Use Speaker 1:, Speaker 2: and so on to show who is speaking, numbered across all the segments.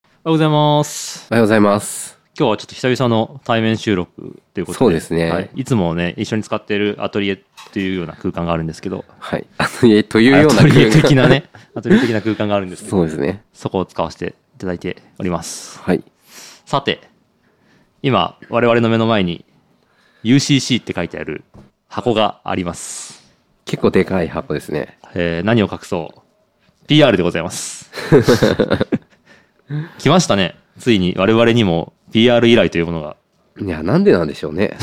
Speaker 1: おはようございます。
Speaker 2: おはようございます。
Speaker 1: 今日はちょっと久々の対面収録ということで。
Speaker 2: そうですね
Speaker 1: はい。いつもね、一緒に使っているアトリエというような空間があるんですけど、
Speaker 2: はい。アトリエというような
Speaker 1: アトリエ
Speaker 2: 空間
Speaker 1: 的な。ね、アトリエ的な空間があるんですけど、
Speaker 2: そうですね。
Speaker 1: そこを使わせていただいております。
Speaker 2: はい。
Speaker 1: さて、今、我々の目の前に UCC って書いてある箱があります。
Speaker 2: 結構でかい箱ですね。
Speaker 1: えー何を隠そう。PR でございます。 来ましたね。ついに我々にも PR 依頼というものが
Speaker 2: いや、なんでなんでしょうね。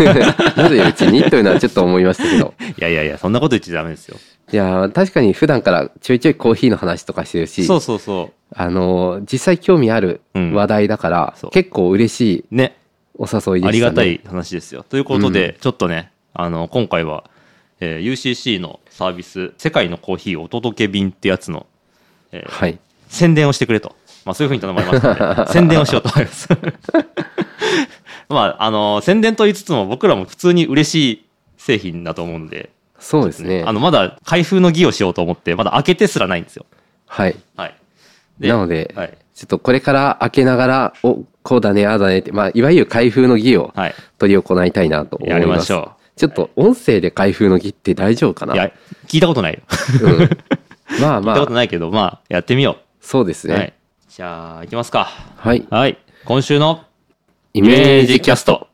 Speaker 2: なぜうちにというのはちょっと思いましたけど。
Speaker 1: いやいやいや、そんなこと言っちゃダメですよ。
Speaker 2: いや、確かに普段からちょいちょいコーヒーの話とかしてるし、
Speaker 1: そうそうそ
Speaker 2: あの、実際興味ある
Speaker 1: うん
Speaker 2: 話題だから、
Speaker 1: そう。
Speaker 2: 結構嬉しいう
Speaker 1: ね。
Speaker 2: お誘いでしたね。
Speaker 1: ありがた。い話ですよ。ということで、
Speaker 2: う
Speaker 1: ちょっとね、あの、今回は、えー UCC のサービス、世界のコーヒーお届け便ってやつの、えー
Speaker 2: はい。
Speaker 1: 宣伝をしてくれと。まあ、そういうふうに頼まれました ので、宣伝をしようと思います。まあ、あの、宣伝と言いつつも、僕らも普通に嬉しい製品だと思うので、
Speaker 2: そうですね。
Speaker 1: あの、まだ開封の儀をしようと思って、まだ開けてすらないんですよ。
Speaker 2: はい。
Speaker 1: はい。
Speaker 2: なので、
Speaker 1: はい。
Speaker 2: ちょっとこれから開けながら、お、こうだね、ああだねって、まあ、いわゆる開封の儀を
Speaker 1: はい。
Speaker 2: 取り行いたいなと思います。
Speaker 1: やりましょ
Speaker 2: ちょっと音声で開封の儀って大丈夫かな、
Speaker 1: いや、聞いたことないよ。
Speaker 2: うんまあ
Speaker 1: 聞い
Speaker 2: ま
Speaker 1: たこと
Speaker 2: あ、
Speaker 1: ないけ ど、まあ、やってみよ
Speaker 2: そうです
Speaker 1: う。
Speaker 2: ね。
Speaker 1: はい。じゃあ、行きますか。
Speaker 2: はい。
Speaker 1: はい。今週の
Speaker 2: イ
Speaker 1: イメージキャスト。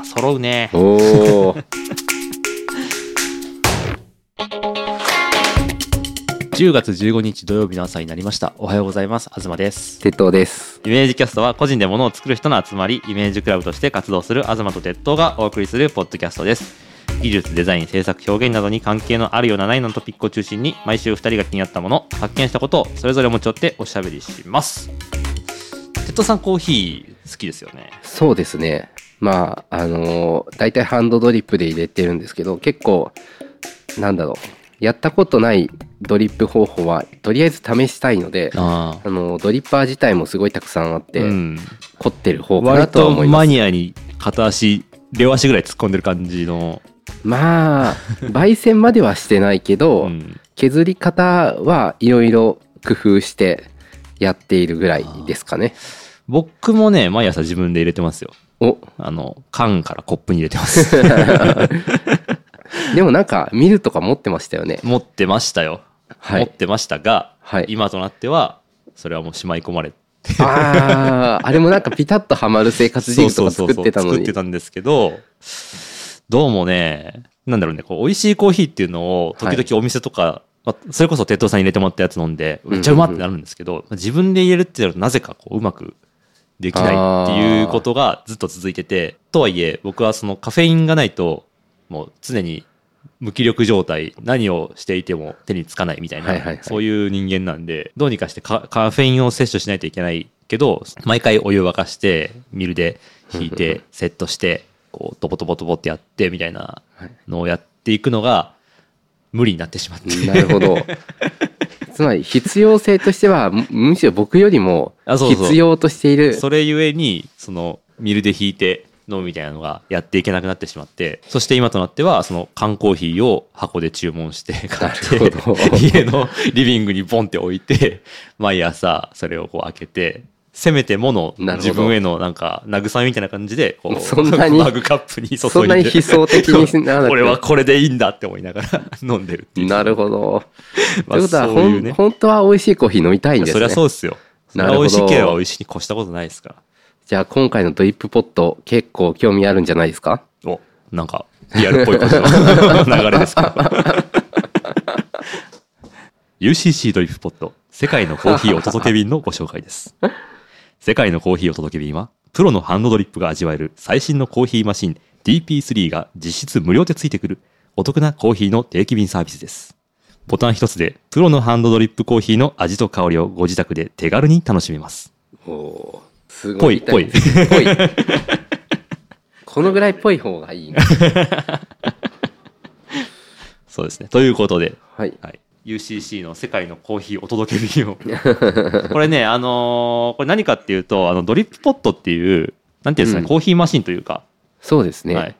Speaker 1: あ、揃うね。
Speaker 2: おお。
Speaker 1: 10月15日土曜日の朝になりました。おはようございます。東です。
Speaker 2: 鉄塔です。
Speaker 1: イメージキャストは個人で物を作る人の集まり、イメージクラブとして活動する東と鉄塔がお送りするポッドキャストです。技術、デザイン、制作、表現などに関係のあるようなないようなトピックを中心に、毎週2人が気になったもの、発見したことをそれぞれ持ち寄っておしゃべりします。鉄塔さんコーヒー好きですよね。
Speaker 2: そうですね。まあ、あのー、大体ハンドドリップで入れてるんですけど、結構、なんだろう。やったことないドリップ方法は、とりあえず試したいので、
Speaker 1: あ
Speaker 2: あのー、ドリッパー自体もすごいたくさんあって、
Speaker 1: うん、
Speaker 2: 凝ってる方かな
Speaker 1: 割
Speaker 2: とは
Speaker 1: と
Speaker 2: 思いま
Speaker 1: マ
Speaker 2: す。
Speaker 1: ニアに片足両足ぐらい突っ込んでる感じの、
Speaker 2: まあ、焙煎まではしてないけど、
Speaker 1: うん
Speaker 2: 削り方はいろいろ工夫してやっているぐらいですかね。
Speaker 1: 僕もね毎朝自分で入れてますよ
Speaker 2: お
Speaker 1: あの缶からコップに入れてます
Speaker 2: でもなんかミルとか持ってましたよね。
Speaker 1: 持ってましたよ、
Speaker 2: は
Speaker 1: 持っ
Speaker 2: い。
Speaker 1: てましたが
Speaker 2: はい、
Speaker 1: 今となってはそれはもうしまい込まれて
Speaker 2: ああ、あれもなんかピタッとはまる生活ジグとか作ってたの
Speaker 1: 作っ
Speaker 2: に
Speaker 1: て。たんですけどどうもねなんだろうねこう美味しいコーヒーっていうのを時々お店とか、まあそれこそ鉄道さんに入れてもらったやつ飲んでめっちゃうまってなるんですけど、自分で入れるってなるとなぜかこううまくできないっていうことがずっと続いててとはいえ僕はそのカフェインがないともう常に無気力状態何をしていても手につかないみたいな、
Speaker 2: はいはいはい
Speaker 1: そういう人間なんでどうにかしてカカフェインを摂取しないといけないけど毎回お湯沸かしてミルで引い てセットしてこうトボトボトボってやってみたいな
Speaker 2: はい
Speaker 1: のをやっていくのが無理になってしまって
Speaker 2: なるほど。つまり必要性としてはむむしろ僕よりも
Speaker 1: あそうそう
Speaker 2: 必要としている
Speaker 1: それゆえにそのミルで引いて飲むみたいなのがやっていけなくなってしまってそして今となってはその缶コーヒーを箱で注文して買って
Speaker 2: なるほど
Speaker 1: 家のリビングにボンって置いて 毎朝それをこう開けてせめてもの
Speaker 2: なるほど
Speaker 1: 自分へのなんか慰めみたいな感じでこう
Speaker 2: そんなに
Speaker 1: マグカップに注いで
Speaker 2: そんなに悲壮的にならなくて
Speaker 1: 俺は これでいいんだって思いながら飲んでるっていう
Speaker 2: なるほど。
Speaker 1: まあ
Speaker 2: ということは、
Speaker 1: そう
Speaker 2: ほ
Speaker 1: いうんね
Speaker 2: 本当は美味しいコーヒー飲みたいんです
Speaker 1: そり
Speaker 2: ね
Speaker 1: ゃ。そうですよそれ
Speaker 2: な
Speaker 1: は
Speaker 2: るほ
Speaker 1: 美
Speaker 2: ど
Speaker 1: 味しければ美味しいに越したことないですから
Speaker 2: じゃあ今回のドリップポット結構興味あるんじゃないですか
Speaker 1: お、なんか、リアルっぽい感じの流れですけど。UCC ドリップポット、世界のコーヒーお届け便のご紹介です。世界のコーヒーお届け便は、プロのハンドドリップが味わえる最新のコーヒーマシン DP3 が実質無料でついてくるお得なコーヒーの定期便サービスです。ボタン一つで、プロのハンドドリップコーヒーの味と香りをご自宅で手軽に楽しめます。
Speaker 2: おーす
Speaker 1: ぽ
Speaker 2: ご
Speaker 1: い
Speaker 2: い。ぽい。ぽい。 このぐらいぽい方がいいな。
Speaker 1: そうですね。ということで、
Speaker 2: はい。
Speaker 1: はい、UCC の世界のコーヒーお届け便を これねあのーこれ何かっていうとあのドリップポットっていうなんていうんですかね、
Speaker 2: うん
Speaker 1: コーヒーマシンというか、
Speaker 2: そうですね。
Speaker 1: はい、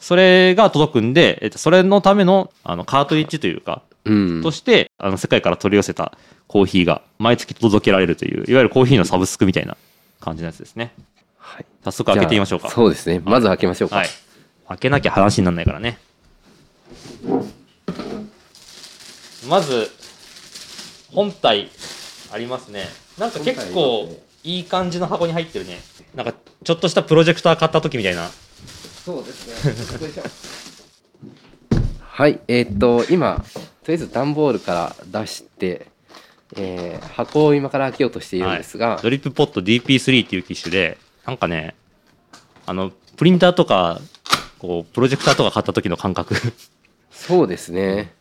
Speaker 1: それが届くんで、えっと、それのためのあのカートリッジというか
Speaker 2: うん
Speaker 1: として、あの世界から取り寄せたコーヒーが毎月届けられるという、いわゆるコーヒーのサブスクみたいな感じのやつですね。
Speaker 2: はい
Speaker 1: 早速開けてみましょうか。
Speaker 2: じゃあそうですねまず開けましょうか、
Speaker 1: はい。開けなきゃ話にならないからね。まず、本体ありますね。なんか結
Speaker 2: 本体あり
Speaker 1: 構
Speaker 2: ますね
Speaker 1: いい感じの箱に入ってるね。なんかちょっとしたプロジェクター買った時みたいな。
Speaker 2: そうですねはいえーっと今とりあえず段ボールから出して、えー箱を今から開けようとしているんですが、
Speaker 1: はいドリップポット DP3 っていう機種で、なんかね、あの、プリンターとか、こう、プロジェクターとか買った時の感覚。
Speaker 2: そうですね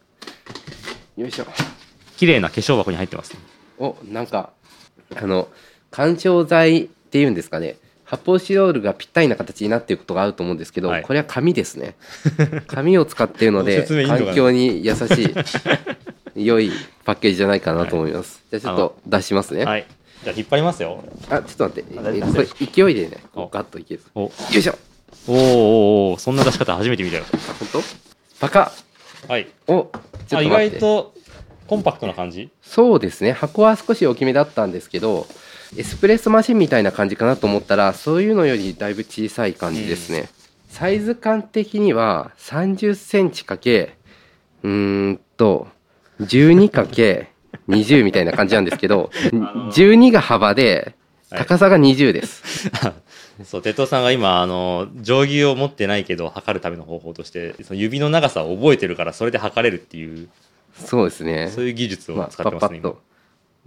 Speaker 2: よいしょ
Speaker 1: 綺麗な化粧箱に入ってます、
Speaker 2: おなんかあの緩衝材っていうんですかね発泡スチロールがぴったりな形になっていることがあると思うんですけど、
Speaker 1: はい
Speaker 2: これは紙ですね 紙を使っているので
Speaker 1: 説明いいのかな
Speaker 2: 環境に優しい良いパッケージじゃないかなと思います、じゃあちょっと出しますね
Speaker 1: はい。じゃあ引っ張りますよ。
Speaker 2: あちょっと待って
Speaker 1: あ大
Speaker 2: え
Speaker 1: 丈夫です
Speaker 2: これ勢いでね
Speaker 1: お
Speaker 2: こうガッといける
Speaker 1: お、おー
Speaker 2: よいしょ
Speaker 1: おーおーそんな出し方初めて見たよ。
Speaker 2: 本当バカ
Speaker 1: はい。
Speaker 2: おちょっと
Speaker 1: あ
Speaker 2: 待
Speaker 1: 意
Speaker 2: っ
Speaker 1: 外
Speaker 2: て
Speaker 1: とコンパクトな感じ
Speaker 2: そうですね箱は少し大きめだったんですけどエスプレッソマシンみたいな感じかなと思ったらそういうのよりだいぶ小さい感じですね、サイズ感的には3 0ンチかけうーんと12かけ20みたいな感じなんです けど
Speaker 1: の
Speaker 2: 12が幅で
Speaker 1: はい
Speaker 2: 高さが20です、
Speaker 1: そう哲夫さんが今あの定規を持ってないけど測るための方法としてその指の長さを覚えてるからそれで測れるっていう
Speaker 2: そうですね
Speaker 1: そういう技術
Speaker 2: ま
Speaker 1: を
Speaker 2: あ、
Speaker 1: 使
Speaker 2: パ
Speaker 1: って
Speaker 2: ッ
Speaker 1: ま
Speaker 2: パ
Speaker 1: すね
Speaker 2: ッと。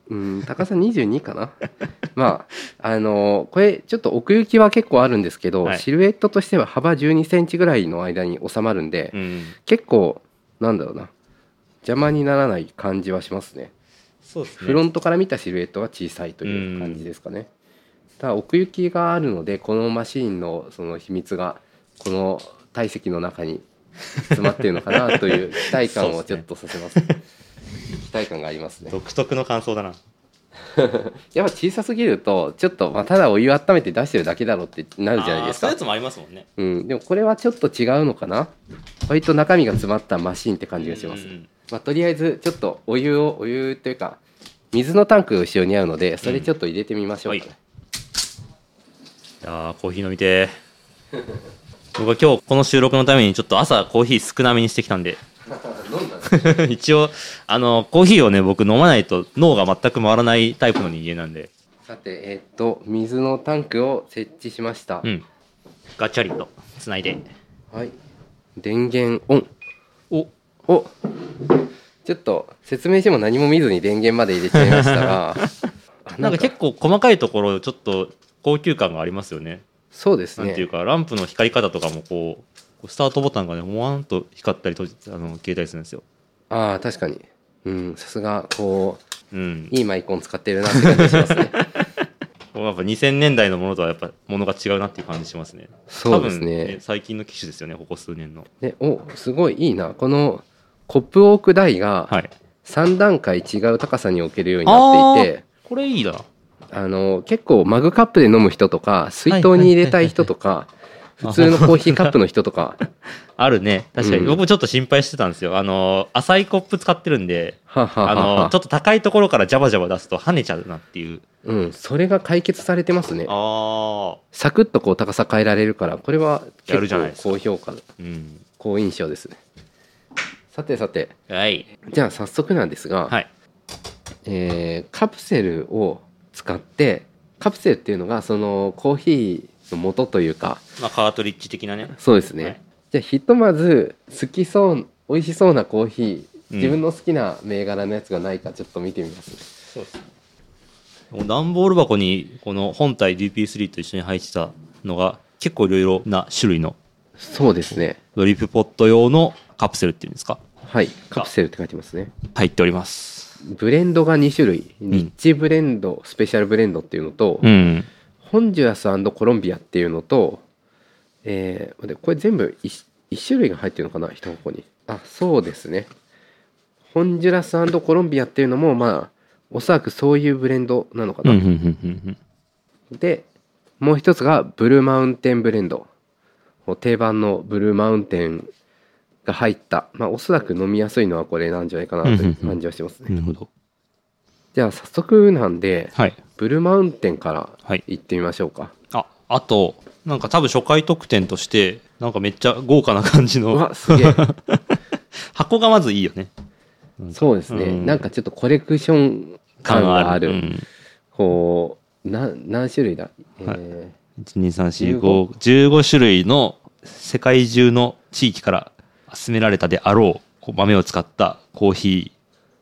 Speaker 2: うん、高さ22かな まああのこれちょっと奥行きは結構あるんですけど、
Speaker 1: はい
Speaker 2: シルエットとしては幅1 2センチぐらいの間に収まるんで、
Speaker 1: 今うん
Speaker 2: 結構なんだろうな邪魔にならない感じはしますね
Speaker 1: そうですね
Speaker 2: フロントから見たシルエットは小さいという感じですかね、ただ奥行きがあるのでこのマシンのその秘密がこの体積の中に 詰まっているのかなという期待感をちょっとさせます期待感がありますね
Speaker 1: 独特の感想だな
Speaker 2: やっぱ小さすぎるとちょっと、まあ、ただお湯温めて出してるだけだろうってなるじゃないです
Speaker 1: あーそういう
Speaker 2: か
Speaker 1: やつもありますもんね
Speaker 2: うん、でもこれはちょっと違うのかな割と中身が詰まったマシンって感じがします、
Speaker 1: うん
Speaker 2: まあ、とりあえずちょっとお湯をお湯というか水のタンクが後ろにあるのでそれちょっと入れてみましょうかね、
Speaker 1: うんいやーコーヒー飲みてー 僕は今日この収録のためにちょっと朝コーヒー少なめにしてきたんで
Speaker 2: 飲んだ ね
Speaker 1: 一応あのコーヒーをね僕飲まないと脳が全く回らないタイプの人間なんで
Speaker 2: さてえーっと水のタンクを設置しました、
Speaker 1: うんガチャリとつないで
Speaker 2: はい電源オン
Speaker 1: お
Speaker 2: おちょっと説明しても何も見ずに電源まで入れちゃいま したが
Speaker 1: なんか結構細かいところちょっと高級感がありますよね。
Speaker 2: そうです
Speaker 1: なんてい
Speaker 2: ね
Speaker 1: うかランプの光り方とかもこうこうスタートボタンがねもわんと光ったり閉じあの消えたりするんですよ。
Speaker 2: ああ確かにうんさすがこう
Speaker 1: うん。
Speaker 2: いいマイコン使ってるなって 感じしますね。
Speaker 1: こうやっぱ2000年代のものとはやっぱものが違うなっていう感じしますね。
Speaker 2: そうですね
Speaker 1: 多分最近の機種ですよねここ数年の。
Speaker 2: でおすごいいいなこのコップオーク台が
Speaker 1: はい。
Speaker 2: 3段階違う高さに置けるようになっていて
Speaker 1: これいいな。
Speaker 2: あの結構マグカップで飲む人とか水筒に入れたい人とか普通のコーヒーカップの人と か
Speaker 1: あるね確かに、
Speaker 2: うん
Speaker 1: 僕もちょっと心配してたんですよ。あの浅いコップ使ってるんで。
Speaker 2: はは
Speaker 1: あ
Speaker 2: はは
Speaker 1: の ちょっと高いところからジャバジャバ出すと跳ねちゃうなっていう
Speaker 2: うん、それが解決されてますね
Speaker 1: ああ
Speaker 2: サクッとこう高さ変えられるからこれは
Speaker 1: やるじゃないです
Speaker 2: 結
Speaker 1: か
Speaker 2: 構高評価
Speaker 1: うん
Speaker 2: 好印象ですねさてさて
Speaker 1: はい
Speaker 2: じゃあ早速なんですが、
Speaker 1: はい
Speaker 2: えーカプセルを使ってカプセルっていうのがそのコーヒーの元というか
Speaker 1: まあ、カートリッジ的なね。
Speaker 2: そうですね、
Speaker 1: はい
Speaker 2: じゃあひとまず好きそう美味しそうなコーヒー
Speaker 1: うん
Speaker 2: 自分の好きな銘柄のやつがないかちょっと見てみます、
Speaker 1: そうですね。段ボール箱にこの本体 DP3 と一緒に入ってたのが結構いろいろな種類の
Speaker 2: そうですね
Speaker 1: ドリップポット用のカプセルっていうんですか
Speaker 2: はいカプセルって書いてますね
Speaker 1: 入っております。
Speaker 2: ブレンドが2種類リッチブレンド、スペシャルブレンドっていうのと、
Speaker 1: うん。
Speaker 2: ホンジュラスコロンビアっていうのと、えー、待ってこれ全部 1, 種類が入ってるのかな一箱にあそうですねホンジュラスコロンビアっていうのもまあおそらくそういうブレンドなのか
Speaker 1: うん、
Speaker 2: な、
Speaker 1: うん、うん、うん。
Speaker 2: でもう一つがブルーマウンテンブレンド定番のブルーマウンテンが入った、まあ、おそらく飲みやすいのはこれなんじゃないかなという感じはしますね。
Speaker 1: なるほど。
Speaker 2: じゃあ早速なんで、
Speaker 1: はい。
Speaker 2: ブルーマウンテンから
Speaker 1: はい
Speaker 2: 行ってみましょうか。
Speaker 1: あ、あと、なんか多分初回特典として、なんかめっちゃ豪華な感じ
Speaker 2: う
Speaker 1: の、
Speaker 2: わ、すげえ。
Speaker 1: 箱がまずいいよね。
Speaker 2: そうですね、
Speaker 1: うん
Speaker 2: なんかちょっとコレクション感がある。
Speaker 1: うん
Speaker 2: こうな何種類だ、えー
Speaker 1: 1234515種類の世界中の地域から集められたであろうこう豆を使ったコーヒ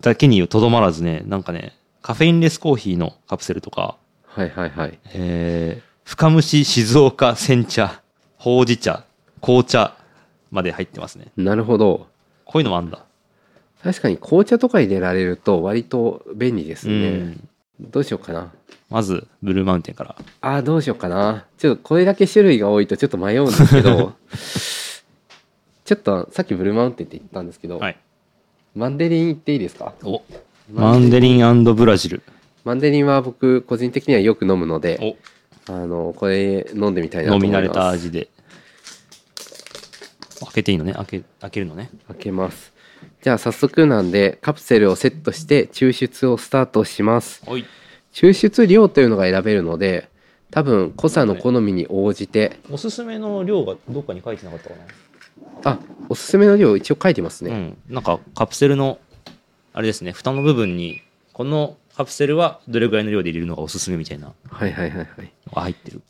Speaker 1: ーだけにとどまらずねなんかねカフェインレスコーヒーのカプセルとか、
Speaker 2: はいはいはい。
Speaker 1: えー深蒸し静岡煎茶ほうじ茶紅茶まで入ってますね
Speaker 2: なるほど。
Speaker 1: こういうのもあんだ、
Speaker 2: 確かに紅茶とか入れられると割と便利です
Speaker 1: う
Speaker 2: ね。
Speaker 1: ん、
Speaker 2: どうしようかな。
Speaker 1: まずブルーマウンテンから
Speaker 2: ああ、どうしようかな。ちょっとこれだけ種類が多いとちょっと迷うんですけ ど、ちょっとさっきブルーマウンテンって言ったんですけど、
Speaker 1: はい
Speaker 2: マンデリン行っていいですか
Speaker 1: おマンデリンブラジル
Speaker 2: マンデリンは僕個人的にはよく飲むので、
Speaker 1: お
Speaker 2: あの、これ飲んでみたいなと
Speaker 1: 飲
Speaker 2: 思
Speaker 1: み
Speaker 2: い
Speaker 1: 慣
Speaker 2: ます。
Speaker 1: れた味で開けていいのね開け開けるのね
Speaker 2: 開けます。じゃあ早速なんでカプセルをセットして抽出をスタートします。
Speaker 1: はい
Speaker 2: 抽出量というのが選べるので多分濃さの好みに応じて
Speaker 1: おすすめの量がどっかに書いてなかったかな
Speaker 2: あおすすめの量一応書いてます
Speaker 1: う
Speaker 2: ね、
Speaker 1: んなんかカプセルのあれですね蓋の部分にこのカプセルはどれぐらいの量で入れるのがおすすめみたいなの
Speaker 2: はいはいはいはい
Speaker 1: が入ってる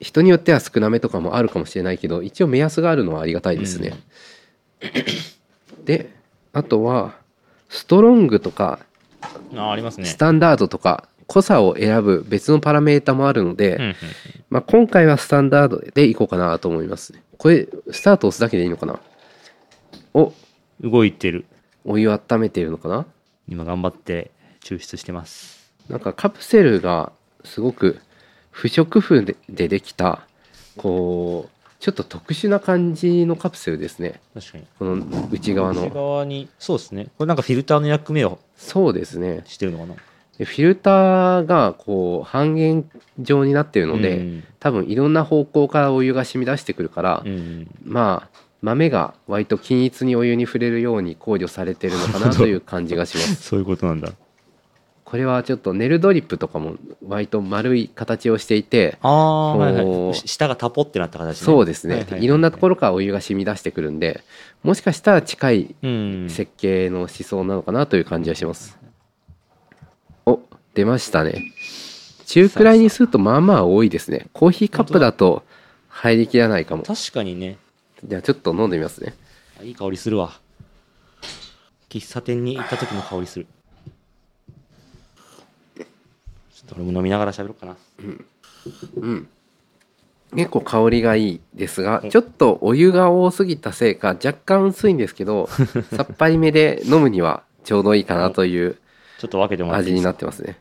Speaker 2: 人によっては少なめとかもあるかもしれないけど一応目安があるのはありがたいですね、であとはストロングとか
Speaker 1: あありますね
Speaker 2: スタンダードとか濃さを選ぶ別のパラメータもあるので、
Speaker 1: うんうんうん
Speaker 2: まあ、今回はスタンダードでいこうかなと思いますねこれスタート押すだけでいいのかなお
Speaker 1: 動いてる
Speaker 2: お湯温めてるのかな
Speaker 1: 今頑張って抽出してます
Speaker 2: なんかカプセルがすごく不織布ででできたこうちょっと特殊な感じのカプセルですね
Speaker 1: 確かに
Speaker 2: この内側
Speaker 1: 内
Speaker 2: の
Speaker 1: 側にそうですねこれなんかフィルターの役目を
Speaker 2: そうですね
Speaker 1: してるのかな
Speaker 2: でフィルターがこう半円状になってるので、
Speaker 1: うん
Speaker 2: 多分いろんな方向からお湯が染み出してくるから、
Speaker 1: うん
Speaker 2: まあ豆が割と均一にお湯に触れるように考慮されてるのかなという感じがします
Speaker 1: そういうことなんだ
Speaker 2: これはちょっとネルドリップとかも割と丸い形をしていて、
Speaker 1: ああ、はい
Speaker 2: こ
Speaker 1: は
Speaker 2: う
Speaker 1: い、し下がタポってなった形ね
Speaker 2: そうですね、
Speaker 1: はいいはい
Speaker 2: ろんなところからお湯が染み出してくるんでもしかしたら近い
Speaker 1: うん
Speaker 2: 設計の思想なのかなという感じがします、お出ましたね中くらいにするとまあまあ多いですねコーヒーカップだと入りきらないかも
Speaker 1: 確かにね
Speaker 2: じゃあちょっと飲んでみますね
Speaker 1: あいい香りするわ喫茶店に行った時の香りするちょっと俺も飲みながら喋ろうかな
Speaker 2: うん結構香りがいいですがちょっとお湯が多すぎたせいか若干薄いんですけ どさっぱりめで飲むにはちょうどいいかなという
Speaker 1: ちょっと分けてもらっていいで
Speaker 2: 味に
Speaker 1: すか
Speaker 2: なってますね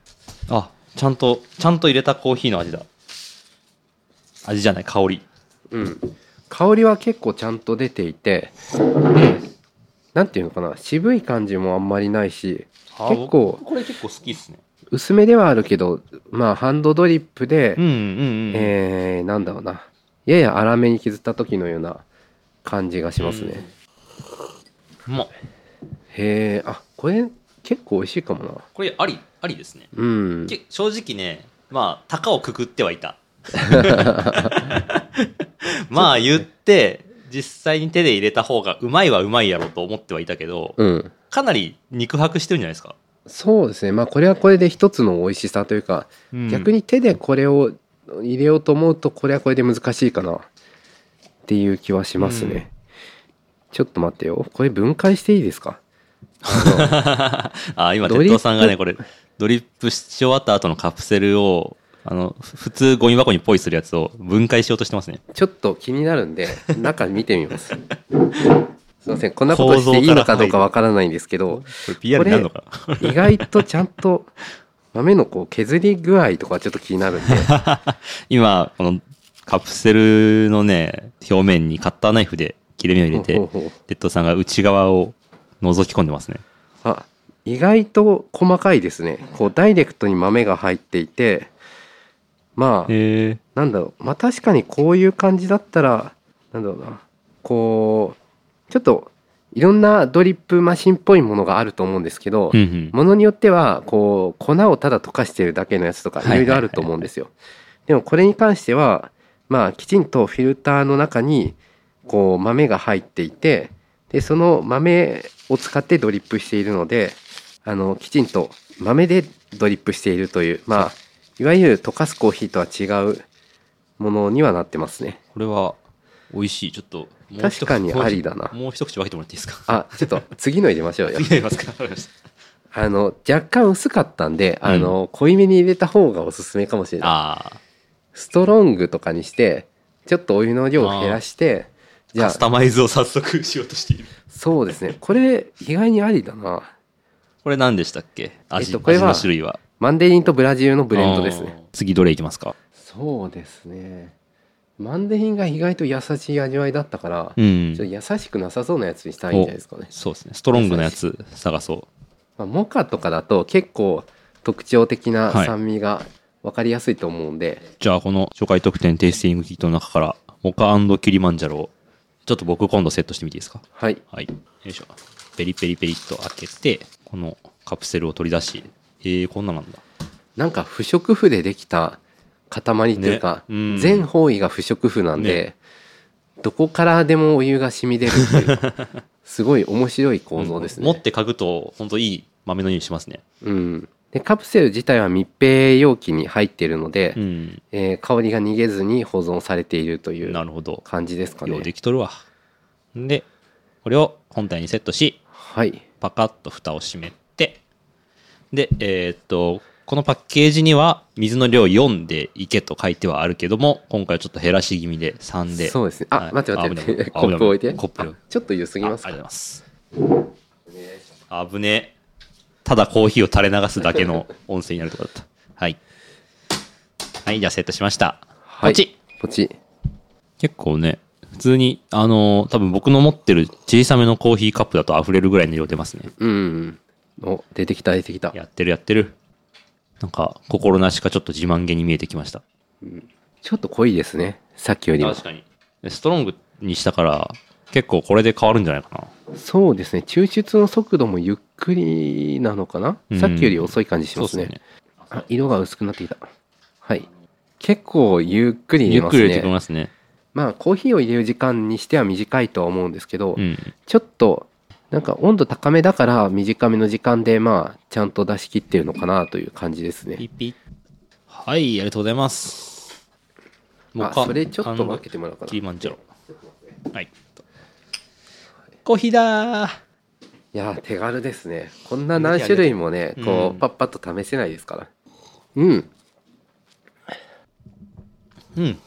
Speaker 1: あちゃんとちゃんと入れたコーヒーの味だ味じゃない香り
Speaker 2: うん、香りは結構ちゃんと出ていてでなんていうのかな渋い感じもあんまりないし
Speaker 1: あ
Speaker 2: 結構
Speaker 1: 僕これ結構好きっすね
Speaker 2: 薄めではあるけどまあハンドドリップで、
Speaker 1: うんうんうん、
Speaker 2: えーなんだろうなやや粗めに削った時のような感じがしますね、
Speaker 1: うん
Speaker 2: へ
Speaker 1: うまっ
Speaker 2: えあこれ結構美味しいかもな
Speaker 1: これありありですね
Speaker 2: うん
Speaker 1: け正直ねまあ高をくくってはい たまあ言って実際に手で入れた方がうまいはうまいやろと思ってはいたけど
Speaker 2: うん
Speaker 1: かなり肉薄してるんじゃないですか、
Speaker 2: そうですねまあこれはこれで一つの美味しさというか、逆に手でこれを入れようと思うとこれはこれで難しいかなっていう気はしますね、
Speaker 1: うん
Speaker 2: ちょっと待ってよこれ分解していいですか
Speaker 1: あ今
Speaker 2: ド
Speaker 1: 鉄
Speaker 2: リップ
Speaker 1: 道さんがねこれドリップし終わった後のカプセルをあのふ普通ゴミ箱にポイするやつを分解しようとしてますね
Speaker 2: ちょっと気になる んで中見てみますすいませんこんなことしていいのかどうかわからないんですけど
Speaker 1: これ PR になるのか
Speaker 2: 意外とちゃんと豆のこう削り具合とかちょっと気になるんで
Speaker 1: 今このカプセルのね表面にカッターナイフで切れ目を入れて
Speaker 2: ほうほうほう
Speaker 1: 鉄塔さんが内側を覗き込んでますね。
Speaker 2: あ意外と細かいですねこうダイレクトに豆が入っていてまあ
Speaker 1: へえ。
Speaker 2: なんだろうまあ確かにこういう感じだったらなんだろうなこうちょっといろんなドリップマシンっぽいものがあると思うんですけど、
Speaker 1: うんうん
Speaker 2: ものによってはこう粉をただ溶かしてるだけのやつとか
Speaker 1: はいはい
Speaker 2: い
Speaker 1: はい
Speaker 2: ろいろあると思うんですよ。でもこれに関してはまあきちんとフィルターの中にこう豆が入っていてでその豆を使ってドリップしているのであのきちんと豆でドリップしているというまあいわゆる溶かすコーヒーとは違うものにはなってますね。
Speaker 1: これは美味しいちょっともう一口
Speaker 2: 確かにありだな
Speaker 1: もう一口分けてもらっていいですか
Speaker 2: あちょっと次の入れましょうよ。
Speaker 1: 次やりますかわかりました
Speaker 2: あの若干薄かったんであの濃いめに入れた方がおすすめかもしれない。
Speaker 1: ああ
Speaker 2: ストロングとかにしてちょっとお湯の量を減らしてじゃ
Speaker 1: カス
Speaker 2: あ
Speaker 1: タマイズを早速しようとしている
Speaker 2: そうですねこれ意外にありだな
Speaker 1: これ何でしたっけ味,、
Speaker 2: えっとこれは
Speaker 1: 味の種類は
Speaker 2: マンデリンとブラジルのブレンドですね
Speaker 1: あー次どれいきますか
Speaker 2: そうですねマンデリンが意外と優しい味わいだったから、
Speaker 1: う
Speaker 2: ちょっ
Speaker 1: ん
Speaker 2: と優しくなさそうなやつにしたらいいんじゃないですかね、
Speaker 1: そうですねストロングなやつ探そ
Speaker 2: まあ、モカとかだと結構特徴的な
Speaker 1: はい
Speaker 2: 酸味が分かりやすいと思うんで、
Speaker 1: うじゃあこの初回特典テイスティングキットの中からモカキリマンジャロをちょっと僕今度セットしてみていいですか
Speaker 2: はい
Speaker 1: はい。よいしょ。ペリペリペリっと開けて、このカプセルを取り出し、えー、こんななんだ。
Speaker 2: なんか不織布でできた塊というか、
Speaker 1: ねうん
Speaker 2: 全方位が不織布なんで、どこからでもお湯が染み出るっていうすごい面白い構造です
Speaker 1: うん持
Speaker 2: ね
Speaker 1: っ。て嗅ぐと、本当いい豆の匂いしますね。
Speaker 2: うん、でカプセル自体は密閉容器に入っているので、
Speaker 1: うん。
Speaker 2: えー香りが逃げずに保存されているとい
Speaker 1: な
Speaker 2: う
Speaker 1: るほど。
Speaker 2: 感じですか
Speaker 1: ようで
Speaker 2: ね。
Speaker 1: きとるわ。んで、これを本体にセットし、
Speaker 2: はい、
Speaker 1: パカッと蓋を閉めて、で、えーっと、このパッケージには水の量4でいけと書いてはあるけども、今回はちょっと減らし気味で3で。
Speaker 2: そうですね。あ、
Speaker 1: はい
Speaker 2: 待って待って待 って、
Speaker 1: あ
Speaker 2: コ
Speaker 1: 危な
Speaker 2: ップ置いて。
Speaker 1: あ危なコップ
Speaker 2: あちょっと湯すぎます
Speaker 1: あありがとうござい
Speaker 2: か。
Speaker 1: ます。危ねえ。ただコーヒーを垂れ流すだけ の音声になるとこだった。はい。はい、じゃあセットしました。
Speaker 2: はい
Speaker 1: ポチ。
Speaker 2: ポチ。
Speaker 1: 結構ね、普通に、あのー多分僕の持ってる小さめのコーヒーカップだと溢れるぐらいの量出ますね。
Speaker 2: うん。お、出てきた出てきた。
Speaker 1: やってるやってる。なんか、心なしかちょっと自慢げに見えてきました。
Speaker 2: ちょっと濃いですね。さっきよりも。
Speaker 1: 確かに。ストロングにしたから、結構これで変わるんじゃないかな。
Speaker 2: そうですね抽出の速度もゆっくりなのかな、
Speaker 1: うん
Speaker 2: さっきより遅い感じします
Speaker 1: そう
Speaker 2: ね
Speaker 1: っすね
Speaker 2: あ色が薄くなってきたはい結構ゆっくり入
Speaker 1: ゆ
Speaker 2: れ
Speaker 1: っ
Speaker 2: ま
Speaker 1: くり
Speaker 2: す
Speaker 1: 入れてき
Speaker 2: ね
Speaker 1: ますね。
Speaker 2: まあコーヒーを入れる時間にしては短いとは思うんですけど、
Speaker 1: うん。
Speaker 2: ちょっとなんか温度高めだから短めの時間でまあちゃんと出し切ってるのかなという感じです
Speaker 1: ピ
Speaker 2: ね
Speaker 1: ッピッはい、ありがとうございます。
Speaker 2: あそれちょっと分けてもらおうか
Speaker 1: キ
Speaker 2: ない
Speaker 1: リマンジャロ。はい。コーヒーだー
Speaker 2: やー手軽ですねこんな何種類もねこ
Speaker 1: うん
Speaker 2: うパッパッと試せないですからうん
Speaker 1: うん。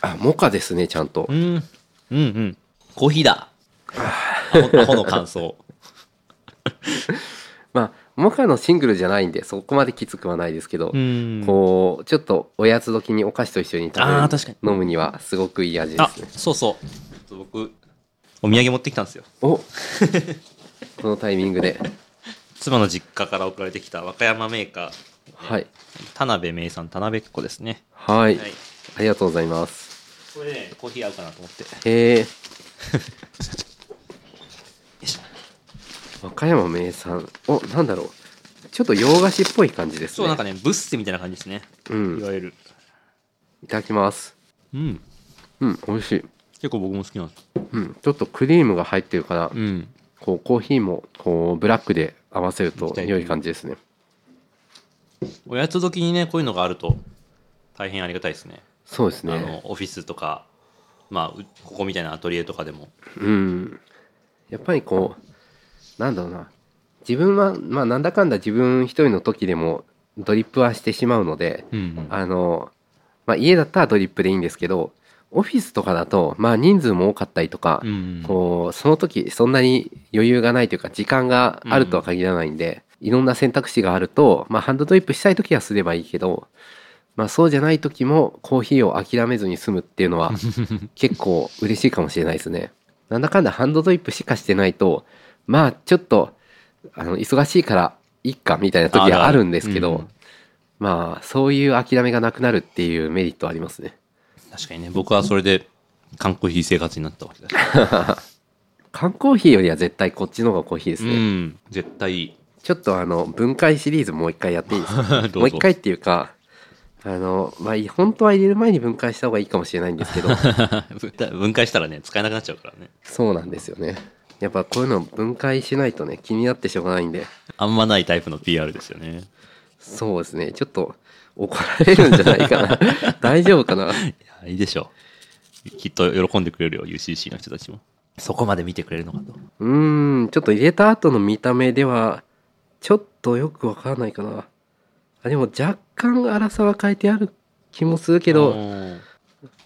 Speaker 2: あモカですねちゃんと
Speaker 1: うん。うんうん。コーヒーだアホアホの感想。
Speaker 2: まあ、モカのシングルじゃないんで、そこまできつくはないですけど、
Speaker 1: ん
Speaker 2: こう、ちょっとおやつ時にお菓子と一緒に食べる
Speaker 1: あー確かに
Speaker 2: 飲むにはすごくいい味で
Speaker 1: あ
Speaker 2: すね。、
Speaker 1: そうそう。ちょっと僕、お土産持ってきたんですよ。
Speaker 2: おこのタイミング で。
Speaker 1: 妻の実家から送られてきた和歌山メーカー、
Speaker 2: はい。
Speaker 1: 田辺名産、田辺っ子ですね。
Speaker 2: はい。
Speaker 1: はい。
Speaker 2: ありがとうございます。
Speaker 1: これね、コーヒー合うかなと思って。よ
Speaker 2: へえ、
Speaker 1: いしょ
Speaker 2: 和歌山名産。お、なんだろう。ちょっと洋菓子っぽい感じですね。
Speaker 1: そう、なんかね、ブッセみたいな感じですね。
Speaker 2: う
Speaker 1: い
Speaker 2: ん。
Speaker 1: わゆる。
Speaker 2: いただきます。
Speaker 1: うん。
Speaker 2: うん、美味しい。
Speaker 1: 結構僕も好きなんです。
Speaker 2: うん、ちょっとクリームが入ってるから、
Speaker 1: うん。
Speaker 2: こうコーヒーもこうブラックで合わせると良い感じですね。
Speaker 1: おやつ時にね、こういうのがあると、大変ありがたいですね。
Speaker 2: そうで
Speaker 1: あ
Speaker 2: すね。
Speaker 1: の、オフィスとか、まあ、うここみたいなアトリエとかでも。
Speaker 2: うん、やっぱりこうなんだろうな自分はまあなんだかんだ自分一人の時でもドリップはしてしまうので
Speaker 1: うん
Speaker 2: あの、まあ、家だったらドリップでいいんですけどオフィスとかだとまあ人数も多かったりとか、
Speaker 1: うん。
Speaker 2: こうその時そんなに余裕がないというか時間があるとは限らないんで、いろんな選択肢があると、まあ、ハンドドリップしたい時はすればいいけど、まあ、そうじゃない時もコーヒーを諦めずに済むっていう のは結構嬉しいかもしれないですね。なんだかんだハンドドリップしかしてないとまあちょっとあの忙しいからいっかみたいな時はあるんですけ
Speaker 1: あ
Speaker 2: ど
Speaker 1: るある
Speaker 2: まあそういう諦めがなくなるっていうメリットありますね。
Speaker 1: 確かにね、僕はそれで、缶コーヒー生活になったわけだし。
Speaker 2: 缶コーヒーよりは絶対こっちの方がコーヒーです
Speaker 1: う
Speaker 2: ね。
Speaker 1: ん。絶対 いい。
Speaker 2: ちょっとあの、分解シリーズもう一回やっていいですか
Speaker 1: どうぞ
Speaker 2: もう一回っていうか、あの、まあ、本当は入れる前に分解した方がいいかもしれないんで すけど、
Speaker 1: 分解したらね、使えなくなっちゃうからね。
Speaker 2: そうなんですよね。やっぱこういうの分解しないとね、気になってしょうがないんで、
Speaker 1: あんまないタイプの PR ですよね。
Speaker 2: そうですね、ちょっと怒られるんじゃないか な。大丈夫かない
Speaker 1: や、いいでしょう。きっと喜んでくれるよ、UCC の人たちも。そこまで見てくれるのかと。
Speaker 2: うーん、ちょっと入れた後の見た目では、ちょっとよくわからないかな。あ、でも若干粗さは変えてある気もするけ
Speaker 1: う
Speaker 2: ど、
Speaker 1: ん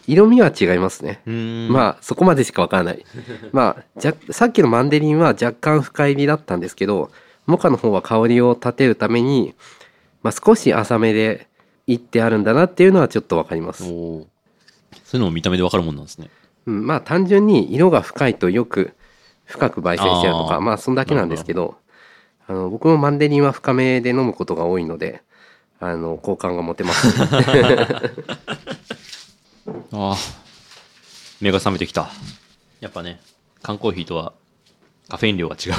Speaker 2: 色味は違いますね。
Speaker 1: うーん。あ、
Speaker 2: まあ、そこまでしかわから ない。まあ、じゃ、さっきのマンデリンは若干深入りだったんですけど、モカの方は香りを立てるために、まあ少し浅めでいってあるんだなっていうのはちょっとわかりま
Speaker 1: お
Speaker 2: す。
Speaker 1: ーそういうのも見た目でわかるもんなんですね。
Speaker 2: うん、まあ単純に色が深いとよく深く焙煎してあるとか
Speaker 1: あー
Speaker 2: まあそんだけなんですけどあの僕もマンデリンは深めで飲むことが多いのであの好感が持てます、
Speaker 1: ああ。目が覚めてきた。やっぱね、缶コーヒーとはカフェイン量が違う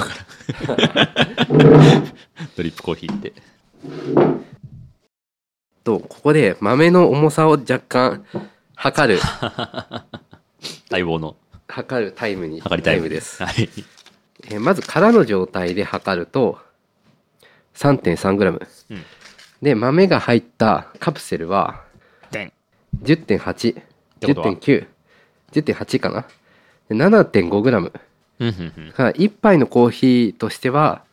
Speaker 1: から。ドリップコーヒーって。
Speaker 2: とここで豆の重さを若干測る
Speaker 1: 待望の
Speaker 2: 測るタイムに
Speaker 1: 測りタイム
Speaker 2: です、
Speaker 1: はい。
Speaker 2: えーまず殻の状態で測ると 3.3g
Speaker 1: うん。
Speaker 2: で豆が入ったカプセルは
Speaker 1: でん。
Speaker 2: 10.8
Speaker 1: てことは
Speaker 2: 10.9 10.8かなで 7.5g
Speaker 1: うんうんうん。
Speaker 2: はい一杯のコーヒーとしては、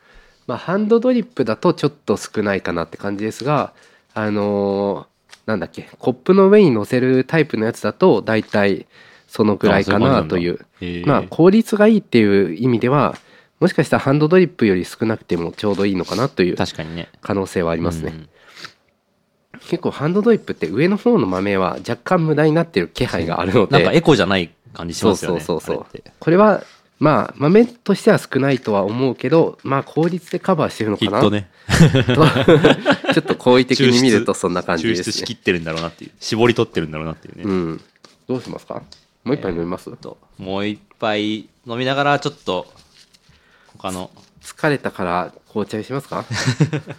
Speaker 2: まあ、ハンドドリップだとちょっと少ないかなって感じですがあのーなんだっけコップの上に乗せるタイプのやつだと大体そのぐらいかなというまあ効率がいいっていう意味ではもしかしたらハンドドリップより少なくてもちょうどいいのかなという
Speaker 1: 確かにね。
Speaker 2: 可能性はあ
Speaker 1: い
Speaker 2: りますね、結構ハンドドリップって上の方の豆は若干無駄になってる気配があるので
Speaker 1: なんかエコじゃない感じし
Speaker 2: そう
Speaker 1: ますよ
Speaker 2: そ
Speaker 1: ね。
Speaker 2: うそうそう
Speaker 1: あれって
Speaker 2: これはまあ豆としては少ないとは思うけどまあ効率でカバーしてるのか
Speaker 1: きっ
Speaker 2: な
Speaker 1: とね、
Speaker 2: と ちょっと好意的に見るとそんな感じ
Speaker 1: 抽
Speaker 2: で
Speaker 1: 出
Speaker 2: す
Speaker 1: しき
Speaker 2: ね
Speaker 1: ってるんだろうなっていう。絞り取ってるんだろうなっていうね。
Speaker 2: うんどうしますかもう一杯飲みます、
Speaker 1: ともう一杯飲みながら、ちょっと、他の、
Speaker 2: 疲れたから紅茶にしますか
Speaker 1: ちょっ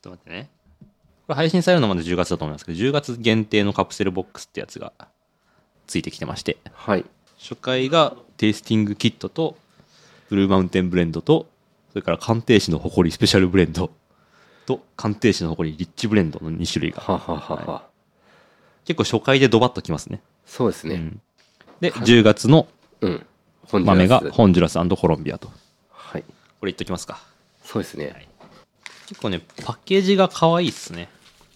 Speaker 1: と待ってね。これ配信されるのまで10月だと思いますけど、10月限定のカプセルボックスってやつがついてきてまして、
Speaker 2: はい
Speaker 1: 初回がテイスティングキットと、ブルーマウンテンブレンドと、それから鑑定士の誇りスペシャルブレンドと、鑑定士の誇りリッチブレンドの2種類が、
Speaker 2: はあはあはあはあ
Speaker 1: 結構初回でドバッときますね。
Speaker 2: そうです
Speaker 1: う
Speaker 2: ね
Speaker 1: んで、10月の
Speaker 2: うん、本日
Speaker 1: 豆が
Speaker 2: です
Speaker 1: ホンジュラスコロンビアと。
Speaker 2: はい
Speaker 1: これ言っときますか。
Speaker 2: そうですね、
Speaker 1: 結構ね、パッケージが可愛いっすね。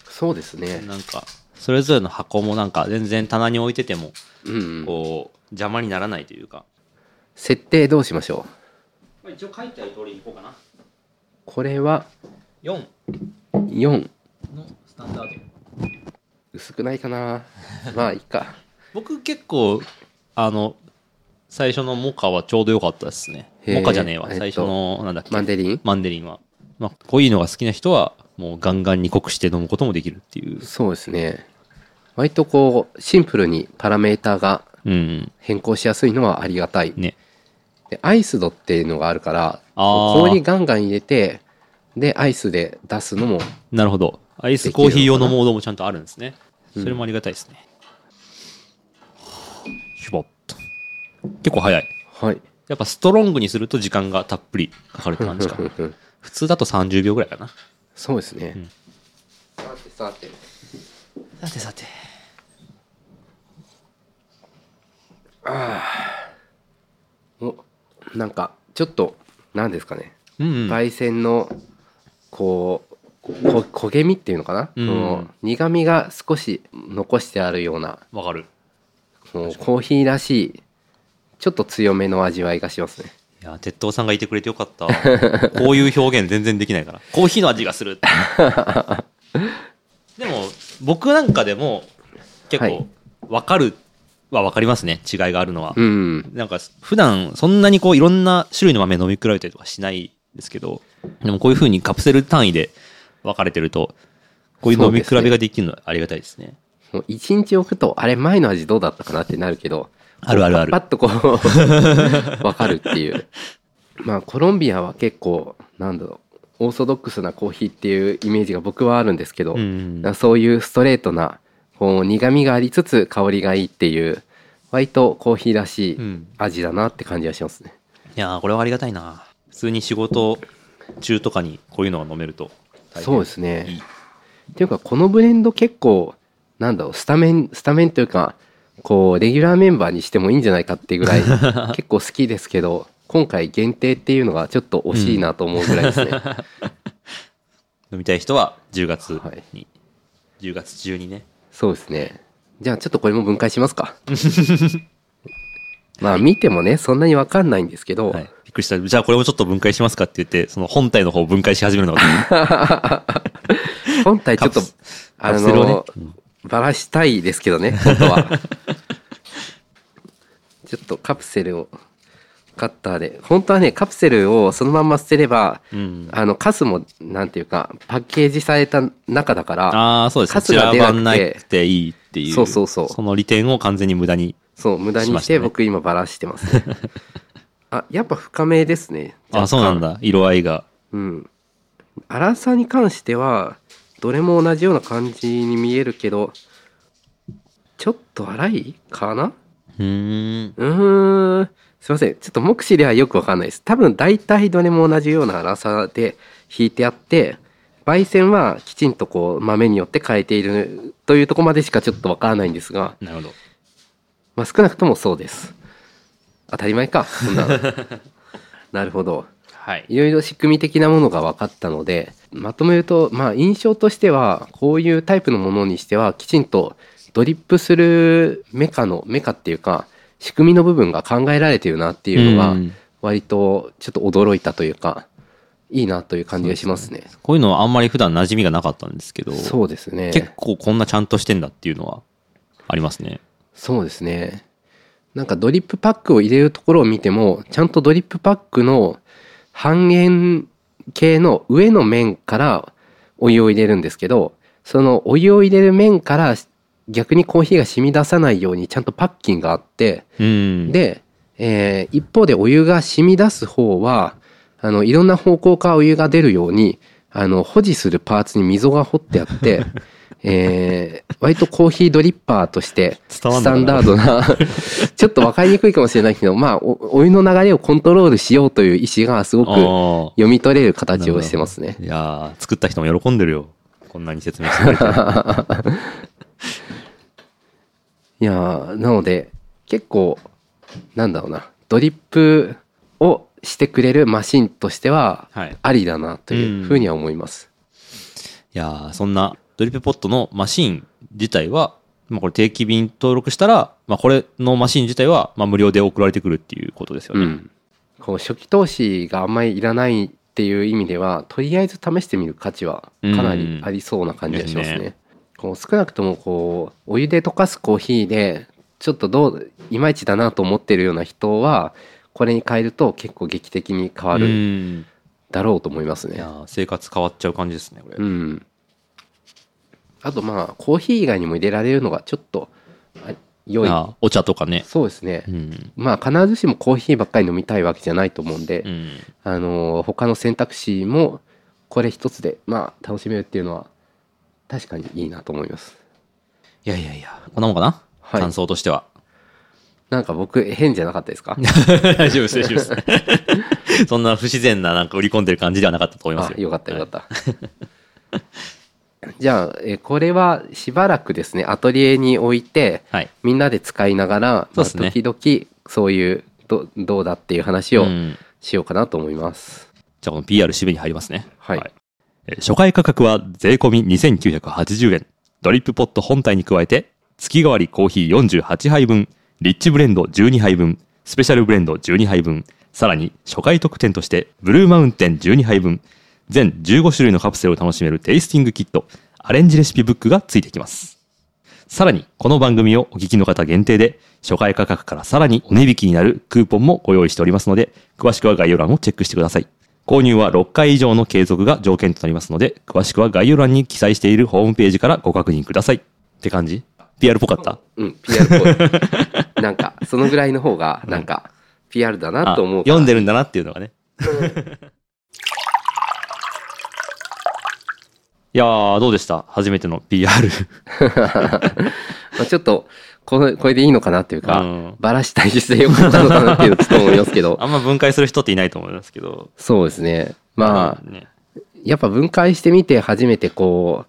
Speaker 2: そうですね
Speaker 1: なんか、それぞれの箱もなんか全然棚に置いてても、
Speaker 2: うん、うん、
Speaker 1: こう、邪魔にならないというか。
Speaker 2: 設定どうしましょう
Speaker 1: まあ、一応書いてある通りにいこうかな。
Speaker 2: これは
Speaker 1: 4
Speaker 2: 4
Speaker 1: のスタンダード。
Speaker 2: 薄くないか なまあいいか
Speaker 1: 僕結構、あの、最初のモカはちょうど良かったですね。
Speaker 2: へー
Speaker 1: モカじゃねえわ。
Speaker 2: えっと
Speaker 1: 最初の、なんだっけ、
Speaker 2: マンデリン
Speaker 1: マンデリンは。まあ、濃いのが好きな人は、もうガンガンに濃くして飲むこともできるっていう。
Speaker 2: そうですね割とこうシンプルにパラメーターが
Speaker 1: うん。
Speaker 2: 変更しやすいのはありがたい
Speaker 1: ね。
Speaker 2: でアイスドっていうのがあるから
Speaker 1: あー
Speaker 2: こう氷ガンガン入れてでアイスで出すのも
Speaker 1: なるほど。アイスコーヒー用のモードもちゃんとあるんですね。それもありがたいですね。シュボッと。結構早い。
Speaker 2: はい
Speaker 1: やっぱストロングにすると時間がたっぷりかかるって感じか
Speaker 2: ふん
Speaker 1: な。
Speaker 2: ふんふん
Speaker 1: 普通だと30秒ぐらいかな。
Speaker 2: そうですね、
Speaker 1: ん
Speaker 2: さてさて
Speaker 1: さてさて。
Speaker 2: おなんかちょっと何ですかね
Speaker 1: うん、うん。
Speaker 2: 焙煎のこうこ焦げ身っていうのかな、
Speaker 1: うん
Speaker 2: その苦みが少し残してあるような
Speaker 1: わかる。
Speaker 2: もうコーヒーらしいちょっと強めの味わいがしますね
Speaker 1: いや、鉄道さんがいてくれてよかった。こういう表現全然できないから。コーヒーの味がするって。でも、僕なんかでも結
Speaker 2: は
Speaker 1: 構
Speaker 2: い
Speaker 1: わかるはわかりますね。違いがあるのは。
Speaker 2: うん
Speaker 1: なんか普段そんなにこういろんな種類の豆飲み比べたりとかしないですけど、でもこういう風にカプセル単位で分かれてると、こういう飲み比べができるのはありがたいですね。
Speaker 2: もう一日置くとあれ前の味どうだったかなってなるけど
Speaker 1: あるあるある
Speaker 2: パッとこ うわかるっていうまあコロンビアは結構なんだろうオーソドックスなコーヒーっていうイメージが僕はあるんですけど、
Speaker 1: うん
Speaker 2: なそういうストレートなこう苦みがありつつ香りがいいっていう割とコーヒーらし
Speaker 1: う
Speaker 2: い
Speaker 1: ん
Speaker 2: 味だなって感じがしますね。
Speaker 1: いやーこれはありがたいな普通に仕事中とかにこういうのが飲めると大変
Speaker 2: そうですね
Speaker 1: いい
Speaker 2: っていうかこのブレンド結構なんだろうスタメンスタメンというかこうレギュラーメンバーにしてもいいんじゃないかっていうぐ らい結構好きですけど今回限定っていうのがちょっと惜しいなと思うぐらいですね。
Speaker 1: 飲みたい人は10月に、
Speaker 2: はい
Speaker 1: 10月中にね
Speaker 2: そうですね。じゃあちょっとこれも分解しま すか。まあ見てもねそんなにわかんないんですけど、
Speaker 1: はい、びっくりした。じゃあこれもちょっと分解しますかって言って、その本体の方を分解し始めるのが、
Speaker 2: 本体ちょっ
Speaker 1: カ
Speaker 2: と
Speaker 1: プ
Speaker 2: あ
Speaker 1: カプセルをね
Speaker 2: の、
Speaker 1: うん
Speaker 2: バラしたいですけ どね本当はちょっとカプセルをカッターで本当はねカプセルをそのまんま捨てれば、
Speaker 1: うん
Speaker 2: あのカスもなんていうかパッケージされた中だから
Speaker 1: ああ、そうですね。
Speaker 2: 数
Speaker 1: 散
Speaker 2: が
Speaker 1: ら
Speaker 2: 出なく
Speaker 1: ば
Speaker 2: て
Speaker 1: んなくていいっていう。
Speaker 2: そうそうそう
Speaker 1: その利点を完全に無駄に。
Speaker 2: そう無駄
Speaker 1: し
Speaker 2: に
Speaker 1: ま
Speaker 2: し
Speaker 1: した
Speaker 2: て
Speaker 1: ね
Speaker 2: 僕今バラしてます、 ね、あやっぱ深めですね
Speaker 1: あそうなんだ。色合いが。
Speaker 2: うん。粗さに関しては、どれも同じような感じに見えるけど、ちょっと粗いかな
Speaker 1: うーん。
Speaker 2: うーん。すいません。ちょっと目視ではよくわかんないです。多分大体どれも同じような粗さで引いてあって、焙煎はきちんとこう豆によって変えているというところまでしかちょっとわからないんですが、
Speaker 1: なるほど。
Speaker 2: まあ、少なくともそうです。当たり前か。そんなのなるほど。
Speaker 1: はい。
Speaker 2: いろいろ仕組み的なものが分かったのでまとめると、まあ、印象としてはこういうタイプのものにしてはきちんとドリップするメカのメカっていうか仕組みの部分が考えられてるなっていうのが
Speaker 1: うん
Speaker 2: 割とちょっと驚いたというかいいなという感じがしますね。
Speaker 1: こういうのはあんまり普段馴染みがなかったんですけど、
Speaker 2: そうですね。
Speaker 1: 結構こんなちゃんとしてんだっていうのはありますね。
Speaker 2: そうですね。なんかドリップパックを入れるところを見ても、ちゃんとドリップパックの半円形の上の面からお湯を入れるんですけど、そのお湯を入れる面から逆にコーヒーが染み出さないようにちゃんとパッキンがあって、
Speaker 1: うん。、
Speaker 2: で、えー一方でお湯が染み出す方は、あの、いろんな方向からお湯が出るように、あの、保持するパーツに溝が掘ってあって、 えー割とコーヒードリッパーとして、ス
Speaker 1: 伝わんの
Speaker 2: タ
Speaker 1: か
Speaker 2: ン
Speaker 1: な
Speaker 2: ダードな、 ちょっと分かりにくいかもしれないけど、まあ、おお湯の流れをコントロールしようという意思がすごく
Speaker 1: あ
Speaker 2: 読み取れる形をしてますね
Speaker 1: あ。。いやー作った人も喜んでるよ。こんなに説明して くれて。
Speaker 2: いやーなので結構なんだろうなドリップをしてくれるマシンとしては
Speaker 1: はい
Speaker 2: ありだなというふうには思います、
Speaker 1: いやーそんなドリップポットのマシン自体は、まあ、これ定期便登録したら、まあ、これのマシン自体は、まあ、無料で送られてくるっていうことですよ
Speaker 2: う
Speaker 1: ね。
Speaker 2: ん、こう初期投資があんまりいらないっていう意味ではとりあえず試してみる価値はかなりありそうな感じがしますね,、
Speaker 1: うんです
Speaker 2: こう少なくともこうお湯で溶かすコーヒーでちょっとどういまいちだなと思ってるような人はこれに変えると結構劇的に変わ
Speaker 1: う
Speaker 2: る
Speaker 1: ん
Speaker 2: だろうと思いますね、
Speaker 1: いやー生活変わっちゃう感じですねこれ。
Speaker 2: うん。あとまあ、コーヒー以外にも入れられるのがちょっとあ良い。
Speaker 1: あーお茶とかね。
Speaker 2: そうですね
Speaker 1: う。ん
Speaker 2: まあ、必ずしもコーヒーばっかり飲みたいわけじゃないと思うんで、
Speaker 1: うん
Speaker 2: あのー他の選択肢もこれ一つで、まあ、楽しめるっていうのは確かにいいなと思います。
Speaker 1: いやいやいやこんなもんかな、
Speaker 2: はい
Speaker 1: 感想としては。
Speaker 2: なんか僕、変じゃなかったですか
Speaker 1: 大丈夫です大丈夫です。 そんな不自然ななんか売り込んでる感じではなかったと思います
Speaker 2: あ
Speaker 1: よ。
Speaker 2: よかったよかっ
Speaker 1: は
Speaker 2: た。 じゃあ、えーこれはしばらくですね、アトリエに置いて、
Speaker 1: い。はい
Speaker 2: みんなで使いながら、
Speaker 1: そう
Speaker 2: ま
Speaker 1: で
Speaker 2: あ、
Speaker 1: すね
Speaker 2: 時々そういうどどうだっていう話を
Speaker 1: うん
Speaker 2: しようかなと思います。
Speaker 1: じゃあこの PR 締めに入りますね。
Speaker 2: はい
Speaker 1: えー初回価格は税込み2980円。ドリップポット本体に加えて、月替わりコーヒー48杯分、リッチブレンド12杯分、スペシャルブレンド12杯分、さらに初回特典として、ブルーマウンテン12杯分、全15種類のカプセルを楽しめるテイスティングキット、アレンジレシピブックがついてきます。さらに、この番組をお聞きの方限定で、初回価格からさらにお値引きになるクーポンもご用意しておりますので、詳しくは概要欄をチェックしてください。購入は6回以上の継続が条件となりますので、詳しくは概要欄に記載しているホームページからご確認ください。って感じ PR っぽかった
Speaker 2: うん、PR っぽい。なんか、そのぐらいの方が、なんか、PR だな
Speaker 1: あ
Speaker 2: と思うから。
Speaker 1: 読んでるんだなっていうのがね。いやー、どうでした初めての PR。
Speaker 2: まあちょっと、この、これでいいのかなっていうか、
Speaker 1: うん
Speaker 2: バラしたりしてよかったのかなっていうのちょっと思いますけど
Speaker 1: あ。んま分解する人っていないと思いますけど。
Speaker 2: そうですね。まあ、
Speaker 1: ね、
Speaker 2: やっぱ分解してみて初めてこ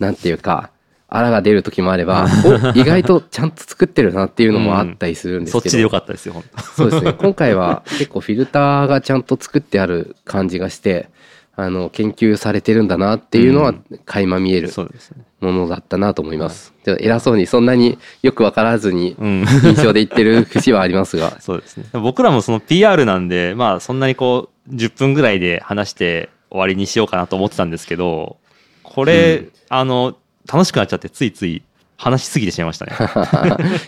Speaker 2: う、なんていうか、あらが出る時もあれば、 お意外とちゃんと作ってるなっていうのもあったりするんですけど。
Speaker 1: そっちでよかったですよ、本当
Speaker 2: そ うですね。今回は結構フィルターがちゃんと作ってある感じがして、あの、研究されてるんだなっていうのは垣間見える
Speaker 1: そうですね。
Speaker 2: ものだったなと思います。ちょっと偉そうにそんなによくわからずに
Speaker 1: うん。、
Speaker 2: 印象で言ってる節はありますが
Speaker 1: そうですね。僕らもその PR なんで、まあそんなにこう、10分ぐらいで話して終わりにしようかなと思ってたんですけど、これ、あの、楽しくなっちゃってついつい話しすぎてしまいました ね。
Speaker 2: い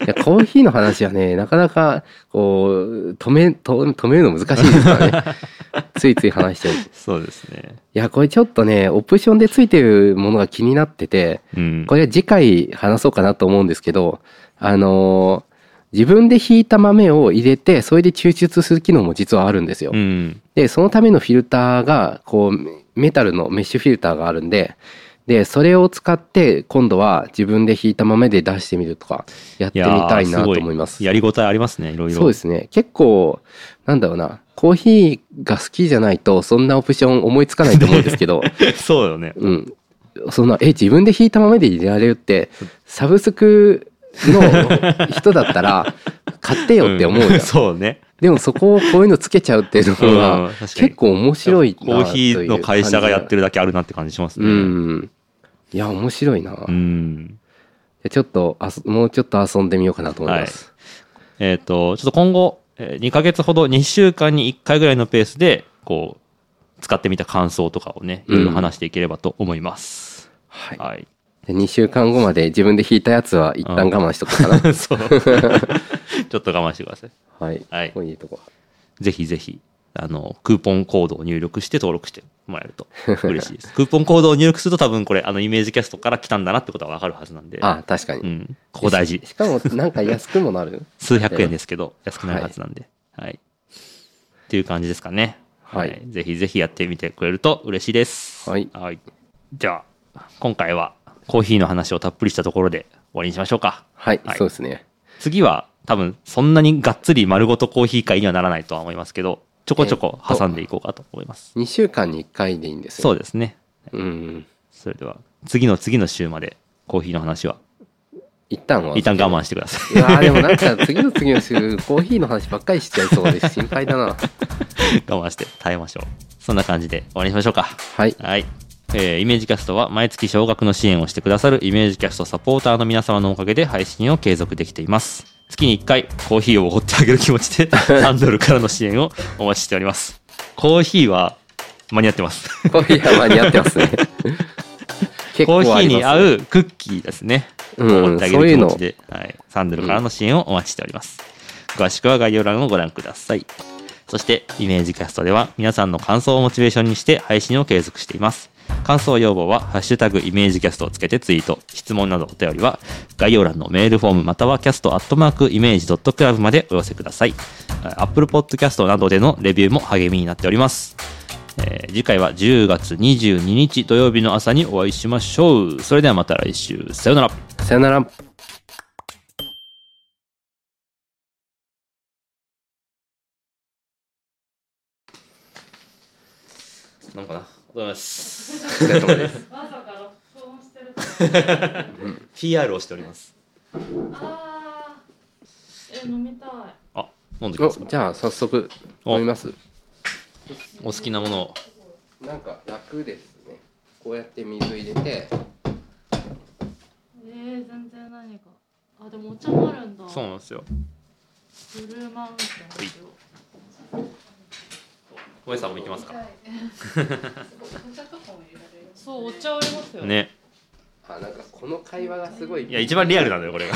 Speaker 2: やコーヒーの話はね、なかなかこう、止め、止止めるの難しいですから ね。ついつい話しちゃう。い
Speaker 1: そうですね。
Speaker 2: や、これちょっとね、オプションでついてるものが気になってて、
Speaker 1: うん。
Speaker 2: これ次回話そうかなと思うんですけど、あのー自分で引いた豆を入れて、それで抽出する機能も実はあるんですよ。
Speaker 1: うん。
Speaker 2: で、そのためのフィルターが、こう、メタルのメッシュフィルターがあるんで、で、それを使って、今度は自分で引いた豆で出してみるとか、やってみ
Speaker 1: ー
Speaker 2: たいなと
Speaker 1: ご
Speaker 2: 思います。
Speaker 1: やりごたえありますね、いろいろ。
Speaker 2: そうですね。結構、なんだろうな、コーヒーが好きじゃないと、そんなオプション思いつかないと思うんです けど、
Speaker 1: す。そうよね。
Speaker 2: うん。そんな、え、自分で引いた豆で入れられるって、サブスクの人だったら、買ってよって思うじゃん
Speaker 1: ん そうね。
Speaker 2: でもそこをこういうのつけちゃうっていうの
Speaker 1: うん
Speaker 2: が、
Speaker 1: 確かに
Speaker 2: 結構面白いな
Speaker 1: コーヒーの会社がやって
Speaker 2: る。
Speaker 1: るだけあるなって感じしますね。
Speaker 2: うん。いや、面白いな。
Speaker 1: う
Speaker 2: い
Speaker 1: ん
Speaker 2: やちょっとあそ、もうちょっと遊んでみようかなと思います。
Speaker 1: えっ、と、ちょっと今後、えー2ヶ月ほど、2週間に1回ぐらいのペースで、こう、使ってみた感想とかをね、いろいろ話していければと思います。
Speaker 2: はい
Speaker 1: はい。
Speaker 2: で2週間後まで自分で引いたやつは一旦我慢しとくか な。
Speaker 1: そう。ちょっと我慢してください。
Speaker 2: はい。
Speaker 1: はい
Speaker 2: こういうとこ。
Speaker 1: ぜひぜひ、あの、クーポンコードを入力して登録してもらえると嬉しい です。クーポンコードを入力すると多分これ、あの、イメージキャストから来たんだなってことはわかるはずなんで。
Speaker 2: あ、確かに。
Speaker 1: うん。ここ大事
Speaker 2: し。しかも、なんか安くも なる
Speaker 1: 数百円ですけど、安くなるはずなんで。はい。っていう感じですかね。
Speaker 2: はい
Speaker 1: ぜひぜひやってみてくれると嬉しいです。
Speaker 2: はい
Speaker 1: じゃあ、今回はコーヒーの話をたっぷりしたところで終わりにしましょうか。
Speaker 2: はい、
Speaker 1: はい
Speaker 2: そうですね。
Speaker 1: 次は多分そんなにがっつり丸ごとコーヒー会にはならないとは思いますけど、ちょこちょこ挟んでいこうかと思います。
Speaker 2: 2週間に1回でいいんですよ
Speaker 1: そうですね。
Speaker 2: うん。
Speaker 1: それでは、次の次の週までコーヒーの話は
Speaker 2: 一旦は。
Speaker 1: 一旦我慢してくださ
Speaker 2: いやーでもなんか次の次の週、コーヒーの話ばっかりしちゃいそうです。心配だ
Speaker 1: い。
Speaker 2: な。
Speaker 1: 我慢して耐えましょう。そんな感じで終わりにしましょうか。
Speaker 2: はい。
Speaker 1: はい。えーイメージキャストは毎月少額の支援をしてくださるイメージキャストサポーターの皆様のおかげで配信を継続できています。月に1回コーヒーをおごってあげる気持ちで3ドルからの支援をお待ちしております。コーヒーは間に合ってます。
Speaker 2: コーヒーは間に合ってま すね。結
Speaker 1: コーヒーに
Speaker 2: う。
Speaker 1: 合うクッキーですね。
Speaker 2: うん
Speaker 1: おごってあげる気持ちで、はい、3ドルからの支援をお待ちしております。詳しくは概要欄をご覧ください。そして、イメージキャストでは皆さんの感想をモチベーションにして配信を継続しています。感想要望は、ハッシュタグイメージキャストをつけてツイート、質問などお便りは、概要欄のメールフォームまたはキャストアットマークイメージドットクラブまでお寄せください。Apple Podcast などでのレビューも励みになっております。えー次回は10月22日土曜日の朝にお会いしましょう。それではまた来週。さようなら。
Speaker 2: さよなら。
Speaker 1: なんかな。おはようございます。
Speaker 2: お疲れ様です。
Speaker 3: まさか録音してると
Speaker 1: PR をしております。
Speaker 3: ああえ飲みたい
Speaker 1: あ、飲んでき
Speaker 2: お
Speaker 1: ますか。
Speaker 2: じゃあ早速、飲みます。
Speaker 1: お好きなものを。
Speaker 2: なんか楽ですね。こうやって水入れて、
Speaker 3: えー、全然何かあでもお茶もあるんだ
Speaker 1: そうなんですよ。
Speaker 3: ブルーマウンテンですよ
Speaker 1: 萌さんも行きますか。
Speaker 3: そうお茶ありますよ
Speaker 1: ね。
Speaker 2: あ、なんかこの会話がすごい。
Speaker 1: いや、一番リアルなんだよ、これが。